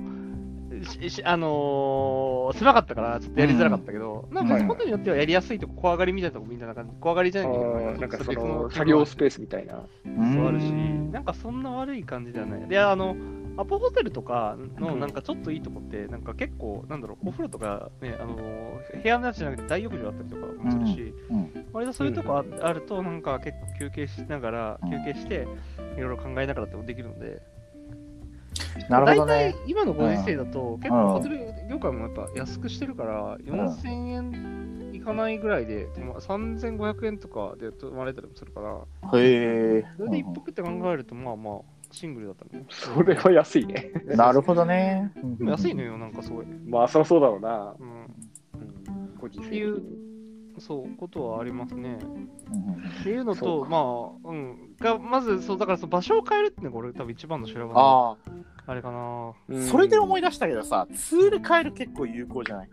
Speaker 1: ししあのー狭かったから、ちょっとやりづらかったけど、なんか、
Speaker 3: うん
Speaker 1: ホテルによってはやりやすいとこ、怖がりみたいなとこ、みたいな感じ、怖がりじゃ
Speaker 2: あ
Speaker 1: ないんだけど
Speaker 2: ーなんかその
Speaker 1: 別
Speaker 2: 作業スペースみたいな。
Speaker 1: もあるし、
Speaker 3: うん
Speaker 1: なんかそんな悪い感じではない。で、あの、アパホテルとかの
Speaker 3: うん
Speaker 1: なんかちょっといいとこって、なんか結構、なんだろう、お風呂とか、ね、あの、部屋のやつじゃなくて大浴場だったりとかもするし、
Speaker 3: うん
Speaker 1: 割とそういうとこああると、なんか結構休憩しながら、
Speaker 3: うん
Speaker 1: 休憩して、いろいろ考えながらってもできるので、
Speaker 3: なるほど
Speaker 1: 大
Speaker 3: ね
Speaker 1: 体今のご時世だと、結構ホテル業界もやっぱ安くしてるから、4000円いかないぐらいで、でも3500円とかで泊まれたりもするから、
Speaker 3: へえ
Speaker 1: それで一服って考えると、まあまあ、シングルだったね。
Speaker 2: それは安いね。
Speaker 3: なるほどね
Speaker 1: 安いのよ、なんかすごい。
Speaker 2: まあ、そりゃそうだろうな。
Speaker 1: うん。
Speaker 2: ご時世
Speaker 1: っていうそう、ことはありますね。
Speaker 3: うん
Speaker 1: っていうの
Speaker 2: そ
Speaker 1: と、
Speaker 2: う
Speaker 1: まあ、うん。が、まず、そう、だからその場所を変えるってのが俺、多分一番の修羅場の
Speaker 3: あ
Speaker 1: あれかな。
Speaker 2: う
Speaker 3: あ
Speaker 2: ん
Speaker 3: それで思い出したけどさツール変える結構有効じゃない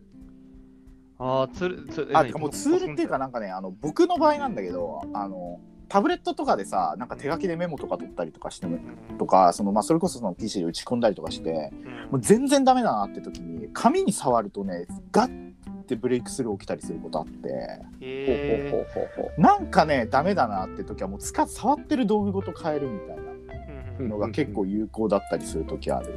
Speaker 1: ああ、ツール、ツール、
Speaker 3: あ
Speaker 1: え
Speaker 3: てかもうツールっていうか、なんかねあの僕の場合なんだけどあのタブレットとかでさなんか手書きでメモとか取ったりとかしても
Speaker 1: うん
Speaker 3: とかその、まあ、それこそその PC で打ち込んだりとかして
Speaker 1: うん
Speaker 3: もう全然ダメだなって時に紙に触るとねガッてブレイクスルー起きたりすることあって
Speaker 1: へ
Speaker 2: ほ
Speaker 1: ー
Speaker 2: うほうほうほうほ
Speaker 3: なんかねダメだなって時はもう使っ触ってる道具ごと変えるみたい
Speaker 1: うん
Speaker 3: なのが結構有効だったりする時ある、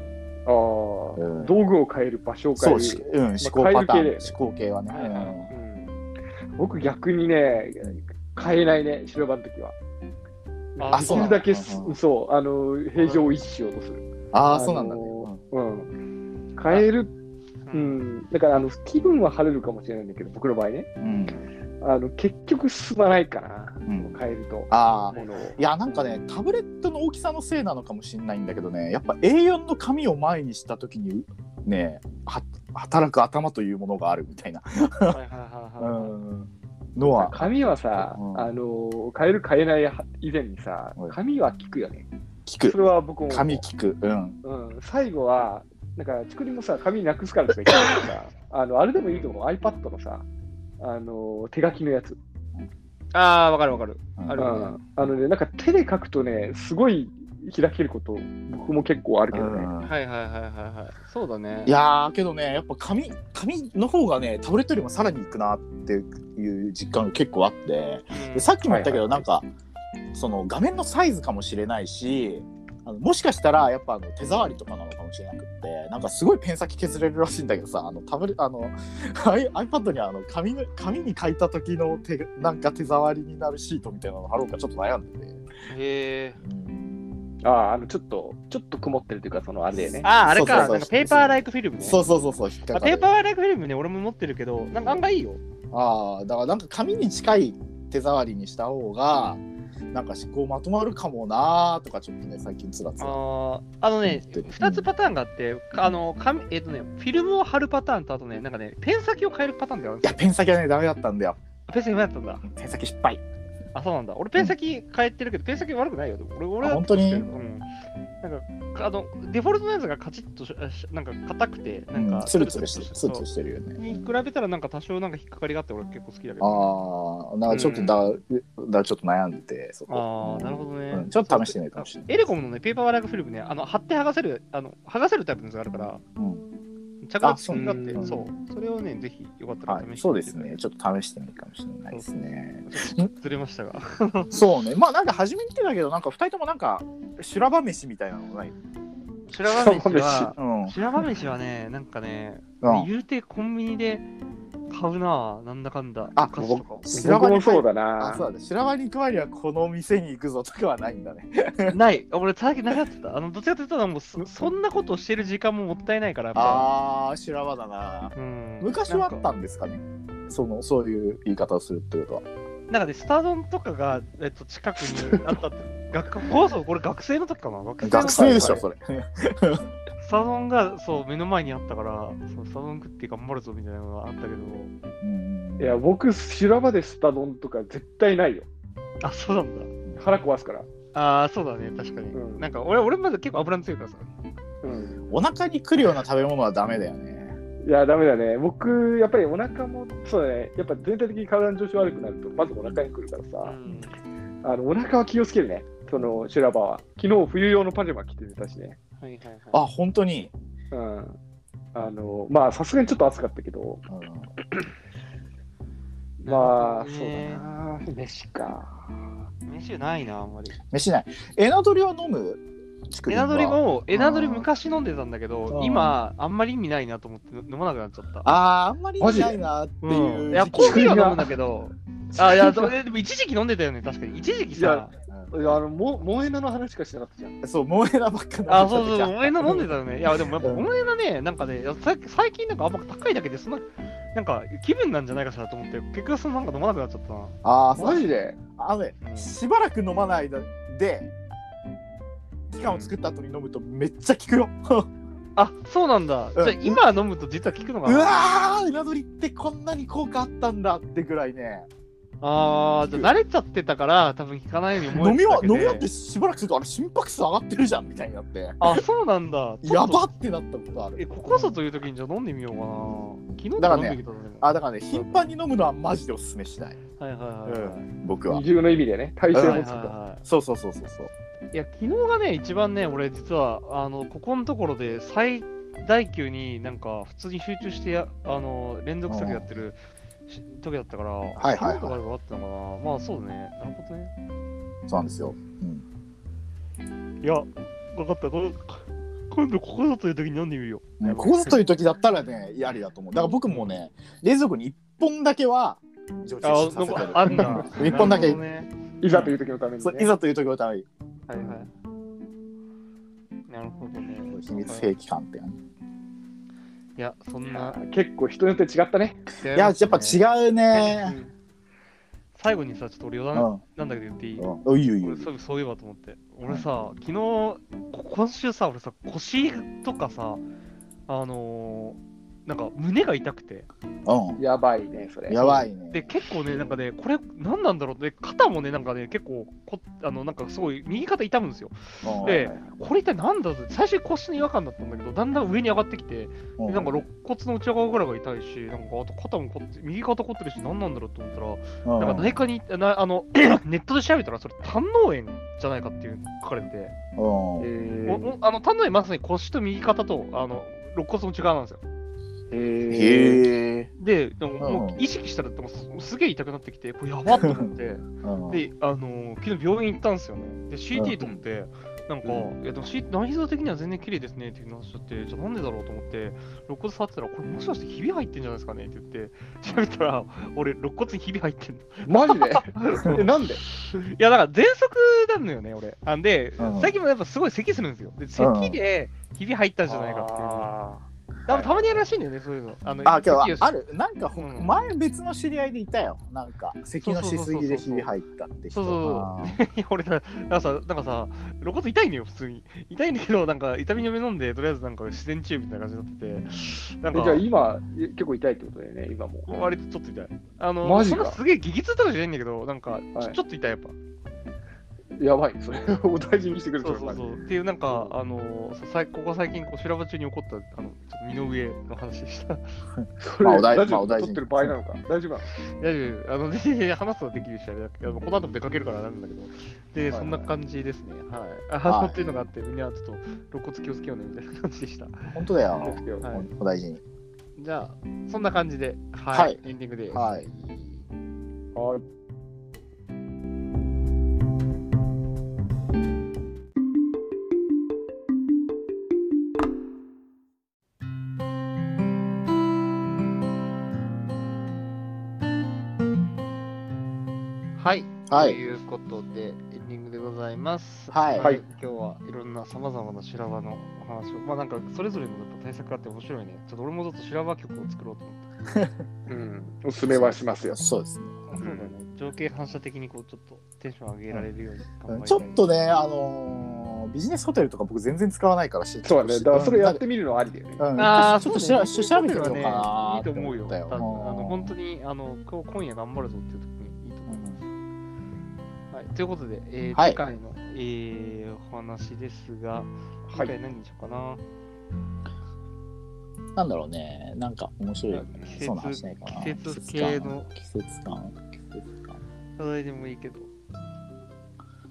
Speaker 2: うああ、
Speaker 3: うん
Speaker 2: 道具を変える、場所を変
Speaker 3: そ
Speaker 2: え
Speaker 3: う
Speaker 2: る。
Speaker 3: し、うん、思考パタ
Speaker 2: 変
Speaker 3: ー
Speaker 2: え
Speaker 3: ン、
Speaker 2: る系だよね
Speaker 3: 思考系はね、
Speaker 1: はいはいはい
Speaker 2: うん僕、逆にね、変えないね、白場の時は。
Speaker 1: あ
Speaker 2: で
Speaker 1: そう
Speaker 2: き
Speaker 1: な
Speaker 2: る
Speaker 1: んだ
Speaker 2: だけす
Speaker 3: うんうん
Speaker 2: そう、あの、平常を維持しようとする。
Speaker 3: うんああそうなんだね、
Speaker 2: あ
Speaker 3: うん
Speaker 2: のうん。変える、う
Speaker 1: うん
Speaker 2: ん。だから、あの、気分は晴れるかもしれないんだけど、僕の場合ね。
Speaker 3: うん
Speaker 2: あの、結局進まないかな、
Speaker 3: ん
Speaker 2: 変えると。
Speaker 3: ああ
Speaker 2: ものを。
Speaker 3: いやなんかねタブレットの大きさのせいなのかもしれないんだけどねやっぱ A4 の紙を前にした時にねは働く頭というものがあるみたいな、
Speaker 1: はいはいはいは
Speaker 3: う
Speaker 1: いはい。
Speaker 3: ん、のは
Speaker 2: 紙はさ、
Speaker 3: うん
Speaker 2: あの変える変えない以前にさ
Speaker 3: はい
Speaker 2: 紙は聞くよね
Speaker 3: 聞
Speaker 2: そ
Speaker 3: く
Speaker 2: れは僕も
Speaker 3: 紙聞くうん
Speaker 2: うん、最後はなんか竹林もさ紙なくすからとか言ってたけ どさあのあれでもいいと思う iPad のさあの手書きのやつ、
Speaker 1: ああ、わかるわかる。あ
Speaker 2: う
Speaker 1: るよね
Speaker 2: ん、あのねなんか手で書くとねすごい開けること僕も結構あるけどね、
Speaker 3: うん
Speaker 1: はいはいはいはいはい。そうだね。
Speaker 3: いやーけどねやっぱ紙紙の方がねタブレットよりもさらにいくなっていう実感が結構あって
Speaker 1: うん、
Speaker 3: でさっきも言ったけ
Speaker 2: は
Speaker 3: ど、
Speaker 2: いはい
Speaker 3: なんかその画面のサイズかもしれないしあのもしかしたらやっぱあの手触りとかなのかもしれなくってなんかすごいペン先削れるらしいんだけどさあのタブレあの I- iPad にあの紙の紙に書いた時の手なんか手触りになるシートみたいなの貼ろうかちょっと悩んでて。
Speaker 1: へー
Speaker 2: あああのちょっとちょっと曇ってるというかそのあれでね
Speaker 1: ああ、あれか。
Speaker 3: そ
Speaker 1: な
Speaker 3: うそうそう
Speaker 1: んかペーパーライクフィルムね。
Speaker 3: そうそうそうそう引っか
Speaker 1: あ
Speaker 3: かる
Speaker 1: ペーパーライクフィルムね、俺も持ってるけど、なんか案外いいよ。
Speaker 3: ああだからなんか紙に近い手触りにした方がなんか思考まとまるかもなーとかちょっとね最近つらつら
Speaker 1: あーあのね、
Speaker 3: うん
Speaker 1: 2つパターンがあって、あの紙えっ、とね、フィルムを貼るパターンと、あとね、なんかね、ペン先を変えるパターンだよ
Speaker 3: い。やペン先はねダメだったんだよ
Speaker 1: ペン先だったんだ。
Speaker 3: ペン先失敗
Speaker 1: あ、そうなんだ。俺、ペン先変えてるけど、ペン先悪くないよ。でも俺、俺は
Speaker 3: あ本当に
Speaker 1: うん。なんか、あの、デフォルトのやつがカチッとし、しなんか硬くて、なんか、
Speaker 3: ツルツルしてるツ
Speaker 1: そう
Speaker 3: ルツルしてるよ
Speaker 1: に
Speaker 3: ね
Speaker 1: 比べたら、なんか多少なんか引っかかりがあって、俺結構好きだけど。
Speaker 3: ああなんかちょっとだ,、だからちょっと悩んでてそこ
Speaker 1: あーなるほどね
Speaker 3: うんちょっと試してないかもしれない
Speaker 1: エレコムのね、ペーパーワラグフィルムね、あの貼って剥がせる、あの剥がせるタイプのやつがあるから、着
Speaker 3: あ
Speaker 1: 脱式になっ
Speaker 2: そう
Speaker 1: て、そう、それをね、ぜひよかったら試してみ
Speaker 3: は
Speaker 1: て
Speaker 3: い、そうですね。ちょっと試してみるかもしれないですね。
Speaker 1: ちょっとずれましたが。
Speaker 3: そうね、まあなんか初めに言ってたけど、なんか2人ともなんか修羅場飯みたいなのない。
Speaker 1: 白髪飯は、
Speaker 3: うん、
Speaker 1: 白髪飯はね、なんかね、
Speaker 3: うん
Speaker 1: 言うてコンビニで買うな、なんだかんだ。
Speaker 3: あ
Speaker 1: お菓子とかを
Speaker 3: 白
Speaker 2: 僕
Speaker 3: 髪に
Speaker 2: もそうだ
Speaker 3: あ、そ
Speaker 2: な
Speaker 3: うだね。白場に行く前にはこの店に行くぞとかはないんだね。
Speaker 1: ない、俺、最近なかった。あのどっちかというと、もうそそんなことをしてる時間ももったいないから、やっぱ
Speaker 3: ああ、修羅場だな。
Speaker 1: うん
Speaker 3: 昔はあ
Speaker 1: な
Speaker 3: っ
Speaker 1: ん
Speaker 3: た
Speaker 1: か
Speaker 3: んですかね。そのそういう言い方をするってことは。
Speaker 1: なんかね、スタドンとかが、えっと、近くにあったって、 学校そう、これ学生の時かな学生の時
Speaker 3: 学生でしょ、
Speaker 1: ス
Speaker 3: それ。
Speaker 1: タドンが、そう、目の前にあったから、そうスタドン食って頑張るぞみたいなのがあったけど、
Speaker 3: うん
Speaker 2: いや、僕、修羅場でスタ丼とか絶対ないよ。
Speaker 1: あ、そうなん
Speaker 2: 腹壊すから。
Speaker 1: だ。ああ、そうだね、確かに。
Speaker 2: うん
Speaker 1: なんか、俺、俺まだ結構油の強いからさ。
Speaker 2: うん。
Speaker 3: お腹に来るような食べ物はダメだよね。
Speaker 2: いや、ダメだね。僕、やっぱりお腹も、そうだね。やっぱ全体的に体の調子悪くなると、まずお腹に来るから
Speaker 1: う
Speaker 2: さ、
Speaker 1: ん
Speaker 2: あのお腹は気をつけるね。その修羅場は。昨日、冬用のパジャマ着てたしね。
Speaker 1: はいはいはい。
Speaker 3: あ、本当に。
Speaker 2: うん。あの、まあ、さすがにちょっと暑かったけど、
Speaker 3: うん
Speaker 2: まあ、
Speaker 1: なるほど
Speaker 2: そう
Speaker 1: ね
Speaker 2: だな。飯か。
Speaker 1: 飯ないな、あんまり。
Speaker 3: 飯ない。エナドリは飲む竹
Speaker 1: エナ
Speaker 3: 林は
Speaker 1: ドリも、エナドリ昔飲んでたんだけど
Speaker 3: う、ん
Speaker 1: 今、あんまり意味ないなと思って飲まなくなっちゃった。
Speaker 3: あー、あんまりないなっていう。
Speaker 1: うんいや、コーヒーは飲むんだけど、あ、い や、そうでも一時期飲んでたよね、確かに。一時期
Speaker 2: い
Speaker 1: さ
Speaker 2: や、いやあの、も萌え菜の話しかしてなかったじゃん。
Speaker 3: そう、萌えなばっかな
Speaker 1: あ、 そうそう、お前の飲んでたよね。いや、でもやっぱ、
Speaker 3: う
Speaker 1: お
Speaker 3: ん
Speaker 1: 前のね、なんかね、いやさ最近なんかあんま高いだけで、そんな、なんか気分なんじゃないかしらと思って、結局そのなんか飲まなくなっちゃったな。
Speaker 3: ああ、そう
Speaker 2: マジで
Speaker 3: あのね
Speaker 1: う、ん
Speaker 3: しばらく飲まないで、期間を作った後に飲むとめっちゃ効くよ。
Speaker 1: あ、そうなんだ。じゃあ
Speaker 3: うん
Speaker 1: 今飲むと実は効くのか
Speaker 3: う
Speaker 1: な。
Speaker 3: わー、エナドリってこんなに効果あったんだってぐらいね、
Speaker 1: あー、じゃあ慣れちゃってたから、多分効かないように思え
Speaker 3: 飲み
Speaker 1: てた
Speaker 3: は
Speaker 1: だけ
Speaker 3: 飲
Speaker 1: で
Speaker 3: み終わってしばらくすると、あれ、心拍数上がってるじゃんみたいになって、
Speaker 1: あ、そうなんだ。ちょ
Speaker 3: や
Speaker 1: っと
Speaker 3: ばってなったことあ
Speaker 1: え、
Speaker 3: る。
Speaker 1: ここぞという時にじゃあ飲んでみようかな。
Speaker 3: だ
Speaker 1: 昨日と
Speaker 3: からね
Speaker 1: 飲んできたんだけど。
Speaker 3: あだからね、頻繁に飲むのはマジでおすすめしない、
Speaker 1: はいはいはいはい。
Speaker 3: 僕は
Speaker 2: 二。重の意味でね、体勢
Speaker 1: はい
Speaker 2: も
Speaker 1: はい
Speaker 2: つくと。
Speaker 1: はい
Speaker 3: そうそうそうそうそう。
Speaker 1: いや、昨日がね、一番ね、俺、実は、あの、ここのところで最大級になんか、普通に集中してや、あの、連続作業やってるし時だったから、
Speaker 3: いはいはい
Speaker 1: 昨日とかでもあったのかな。まあ、そうだね。なるほどね。
Speaker 3: そうなんですよ。
Speaker 1: いや、分かった。こ今度、ここぞという時に飲んでみるよ。
Speaker 3: ねここぞという時だったらね、やりだと思う。だから僕もね、冷蔵庫に1本だけは常
Speaker 1: あ、
Speaker 3: 駐さ
Speaker 1: な
Speaker 3: せ
Speaker 1: ん
Speaker 3: て
Speaker 1: か
Speaker 3: る、。
Speaker 1: あるな。
Speaker 3: うん 一本だけ
Speaker 1: なるほどね
Speaker 2: いざという時のために、
Speaker 3: そうい
Speaker 2: ね。
Speaker 3: ざという時のために、
Speaker 1: はいはい。なるほどね。
Speaker 3: 秘密兵器感って感じ。
Speaker 1: いや、そんな。
Speaker 2: 結構人によって違ったね。
Speaker 1: い
Speaker 3: いや、やっぱ違うね。
Speaker 1: 最後にさ、ちょっと俺余
Speaker 3: う
Speaker 1: 談
Speaker 3: ん。
Speaker 1: なんだけど言っていい、
Speaker 3: うん。いいよいいよ
Speaker 1: 俺。そういえばそういえばと思って。俺さ、昨日、こ今週さ、俺さ、腰とかさ、あのー、なんか胸が痛くて。
Speaker 3: う
Speaker 2: やばいね、それ。
Speaker 3: ん。やば
Speaker 2: い。
Speaker 3: いね。
Speaker 1: で、結構ね、なんかね、これ何なんだろうって、肩もね、なんかね、結構こ、あの、なんかすごい、右肩痛むんですよ。
Speaker 3: うん
Speaker 1: で、これ一体何だろうって、最初腰の違和感だったんだけど、だんだん上に上がってきて、
Speaker 3: う
Speaker 1: でなんか肋骨の内側ぐらいが痛いし、なんかあと肩もこって、右肩凝ってるし、何なんだろうと思ったら、
Speaker 3: うん
Speaker 1: なんか内科に行ってなあの ネットで調べたらそれ胆嚢炎じゃないかっていうの書かれて、
Speaker 3: うん
Speaker 2: え
Speaker 1: おおあの胆嚢炎まさに腰と右肩とあの肋骨の内側なんですよ。
Speaker 2: え
Speaker 3: へえ。
Speaker 1: で、でも
Speaker 3: うん
Speaker 1: もう意識したらでもすすげえ痛くなってきて、これやばっと思って、
Speaker 3: うん
Speaker 1: で、あのー昨日病院行ったんですよね。で、CT 撮って、なんか、いやでも CT 内臓的には全然綺麗ですねっていう話しちゃって、じゃあなんでだろうと思って、肋骨触ってたら、これもしかしてひび入ってんじゃないですかねって言って、調べたら、俺、肋骨にひび入ってんだ
Speaker 2: マジで えなんで
Speaker 1: いやだから喘息なのよね、俺。あんで、
Speaker 3: うん
Speaker 1: 最近もやっぱすごい咳するんですよ。で、咳で、ひび入ったんじゃないかっていう。多分たまにやるらしいんだよね、そういうの。あの
Speaker 3: あ、今日は
Speaker 1: 咳をし
Speaker 3: あるなんかほ
Speaker 1: うん
Speaker 3: 前別の知り合いでいたよ。なんか咳のしすぎでひび入ったって
Speaker 1: そ
Speaker 3: 人。
Speaker 1: うそうそう
Speaker 3: あー
Speaker 1: いや 俺ら、なんかさ、なんかさ、露骨痛いのよ、普通に。痛いんだけど、なんか痛み止め飲んで、とりあえずなんか自然治癒みたいな感じになってて、なん
Speaker 2: えじゃ
Speaker 1: か、
Speaker 2: あ今、え結構痛いってことだよね、今も。
Speaker 1: 割とちょっと痛い。あの、
Speaker 2: マジ
Speaker 1: そん
Speaker 2: か
Speaker 1: なすげえ激痛とかじゃないんだけど、なんか、ちょ
Speaker 2: はい
Speaker 1: ちょっと痛い、やっぱ。
Speaker 2: やばい、それ。 お大事にしてくれ
Speaker 1: そうそうそう。っていう、なんか、あの、ささいここ最近、こう、調べ中に起こった、あの、ちょっと身の上の話でした。
Speaker 2: それ
Speaker 3: まあお大
Speaker 2: ラジ
Speaker 3: まあ
Speaker 2: オ
Speaker 3: お大
Speaker 2: 撮
Speaker 3: 事
Speaker 2: っ
Speaker 3: に
Speaker 2: てる場合なのか。大丈夫なの
Speaker 1: 大丈夫。あの、全然 話すのはできるし、あれだけど、この後も出かけるからなんだけど。で、
Speaker 2: いはい
Speaker 1: そんな感じですね。はい。あ、
Speaker 3: は い
Speaker 1: っていうのがあって、みんなちょっと、肋骨気をつけようね、みたいな感じでした。
Speaker 3: 本当だ
Speaker 2: 気を
Speaker 3: よ
Speaker 2: つ。けよう
Speaker 1: はい
Speaker 3: お大事に。
Speaker 1: じゃあ、そんな感じで、はい。
Speaker 3: はい
Speaker 1: エンディングです。
Speaker 3: はい。
Speaker 2: はい
Speaker 1: はい。と
Speaker 3: はい。
Speaker 1: いうことで、エンディングでございます。
Speaker 3: はい
Speaker 2: はい
Speaker 1: 今日はいろんなさまざまな修羅場のお話を、まあなんかそれぞれのやっぱ対策があって面白いね。ちょっと俺もちょっと修羅場曲を作ろうと思って。
Speaker 2: うん、おすすめはしますよ。
Speaker 3: そうですね。
Speaker 2: そうだね
Speaker 1: 情景反射的にこうちょっとテンション上げられるように頑張りたい
Speaker 3: ちょっとね、あのービジネスホテルとか僕全然使わないから知って、
Speaker 2: そうだね、だからそれやっててみるのはありだよね。
Speaker 3: うん、
Speaker 1: ああ、
Speaker 3: ちょっと
Speaker 1: そ
Speaker 3: し
Speaker 1: うね
Speaker 3: らし調べてみようか
Speaker 1: ね
Speaker 3: ない
Speaker 1: いと思うよ。
Speaker 3: って
Speaker 1: 多分あの本当
Speaker 3: に。
Speaker 1: にあの今日今夜頑張るぞっていう時にいいと思う。はい、ということで、えー
Speaker 3: はい
Speaker 1: 次回の、えーお話ですが、次回何にしようかな。
Speaker 3: うんなんだろうね、なんか面白い、
Speaker 1: 季
Speaker 3: そうな話
Speaker 1: 節
Speaker 3: ないかな。
Speaker 1: 季節系の
Speaker 3: 季節感。季節感。
Speaker 1: 課題でもいいけど、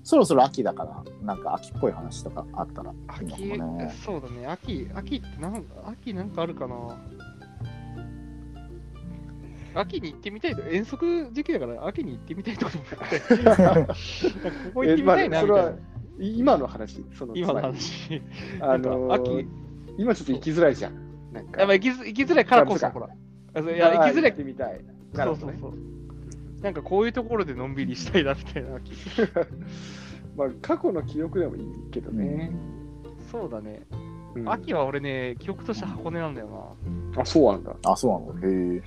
Speaker 3: そろそろ秋だから、なんか秋っぽい話とかあったらいいの
Speaker 1: 秋、
Speaker 3: かも ね。
Speaker 1: そうだね、秋、秋ってなん秋なんかあるかな秋に行ってみたいと、遠足時期だから秋に行ってみたいと思って、なんかここ行ってみたいな
Speaker 2: え
Speaker 1: み
Speaker 2: ま
Speaker 1: た
Speaker 2: あ
Speaker 1: いな。
Speaker 2: 今の話、その
Speaker 1: 今の話。
Speaker 2: つまりあの
Speaker 1: なんか秋
Speaker 2: 今ちょっと行きづらいじゃん。なんか、
Speaker 1: やっぱ行きづ行きづらいからこそ、
Speaker 2: なん
Speaker 1: ほ
Speaker 2: と
Speaker 1: ら。あそういや、行きづらい
Speaker 2: っ。てみたい。
Speaker 1: そ
Speaker 2: なる
Speaker 1: う
Speaker 2: ほ
Speaker 1: そ
Speaker 2: ど
Speaker 1: う
Speaker 2: ね。
Speaker 1: そう。なんかこういうところでのんびりしたいなみたいな秋。
Speaker 2: まあ、過去の記憶でもいいけどね。
Speaker 1: そうだね。
Speaker 2: うん
Speaker 1: 秋は俺ね、記憶として箱根なんだよな。
Speaker 2: あ、そうなんだ。
Speaker 3: あ、そうなの。へえ。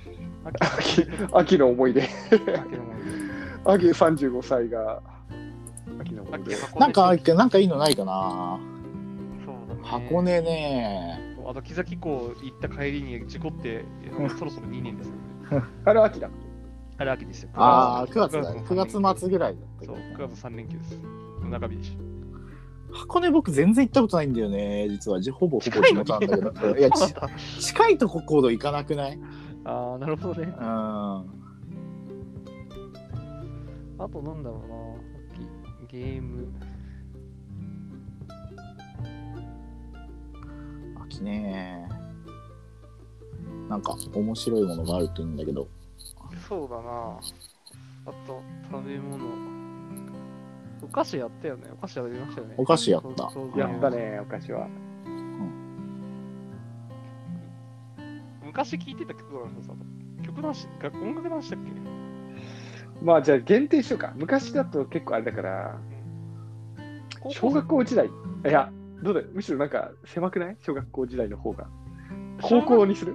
Speaker 1: 秋
Speaker 2: 秋の思い出。
Speaker 1: 秋の思い
Speaker 2: 秋35歳が。秋の思い
Speaker 1: 出
Speaker 2: 出
Speaker 1: 秋。箱根
Speaker 3: なんか、なんかいいのないかな。
Speaker 1: そうだね
Speaker 3: 箱根ね。
Speaker 1: あの木崎港行った帰りに事故って、そろそろ2年ですよね。
Speaker 2: あれは秋だ。
Speaker 1: あれ秋ですよ。
Speaker 3: ああ、9月だ。
Speaker 1: 九
Speaker 3: 9月末ぐらいだったけ
Speaker 1: そ
Speaker 3: ど
Speaker 1: う、9月3連休です。中日でしょ。
Speaker 3: 箱根僕全然行ったことないんだよね、実は。じほぼほぼ
Speaker 1: 近い
Speaker 3: 地
Speaker 1: の
Speaker 3: 元なんだけど。い や、ち近いとこ行動行かなくないうん。
Speaker 1: ああ、なるほどね。
Speaker 3: あ
Speaker 1: あとなんだろうな、ゲーム。
Speaker 3: きねなんか面白いものがあるといいんだけど。
Speaker 1: そうだな。あと、食べ物。お菓子やったよね。お菓子やりましたよね。
Speaker 3: お菓子やった
Speaker 1: そうそう
Speaker 2: やったね、お菓子は。
Speaker 1: 昔聴いてた曲なんですよ。曲の話、楽音楽の話だっけ
Speaker 2: まあ、じゃあ限定しようか。昔だと結構あれだから、
Speaker 1: 高校生
Speaker 2: 小学校時代。いや、どうだよむしろなんか狭くない小学校時代の方が。高校にする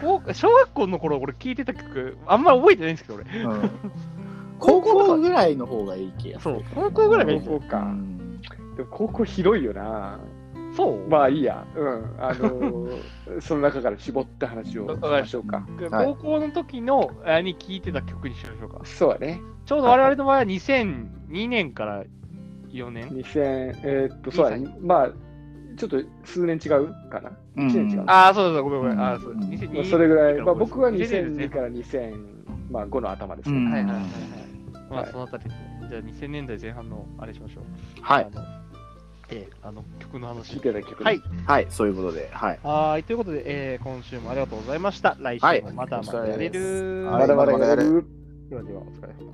Speaker 1: 高小学校の頃俺聞いてた曲あんま覚えてないんですけど俺
Speaker 3: うん、高校ぐらいの方がいい気がす
Speaker 1: そ
Speaker 3: る。
Speaker 1: う高校ぐらいがいい
Speaker 2: 高
Speaker 1: んですよ
Speaker 2: 校か。
Speaker 3: うん
Speaker 2: でも高校広いよな。
Speaker 1: そう、
Speaker 2: まあいいや、うん、あの ーその中から絞った話をしましょうか。
Speaker 3: はい
Speaker 1: 高校の時のあに聞いてた曲にしましょうか
Speaker 2: そうだね、
Speaker 1: ちょうど我々の場合は2002年から4年
Speaker 2: 2000、えーっと、そうだね、まあ、ちょっと数年違うかな、
Speaker 3: う
Speaker 2: 1年違う。
Speaker 3: ん
Speaker 1: ああそうそうそうごめんごめんああそう
Speaker 3: うん
Speaker 1: 2002
Speaker 2: まあ、それぐらい、
Speaker 1: から
Speaker 2: まあ、僕は
Speaker 1: 2002ですね
Speaker 2: 2002から2005の頭ですね。
Speaker 3: うん
Speaker 1: はいはいはいはいまあ
Speaker 2: はい
Speaker 1: そのあたりですねじゃあ2000年代前半のあれしましょう
Speaker 3: はい。
Speaker 1: あのええあの曲の
Speaker 2: 聞
Speaker 1: 話
Speaker 2: いてた曲、
Speaker 1: はい
Speaker 3: はい、そういうことで。はい。
Speaker 1: はい、ということで、えー今週もありがとうございました。来週もまたまたやれる。
Speaker 3: は
Speaker 2: ま
Speaker 3: いお疲れ様です
Speaker 2: だまだや
Speaker 3: はいまだまだや
Speaker 2: る。
Speaker 1: ではでは、お疲れ様です。は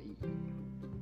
Speaker 1: い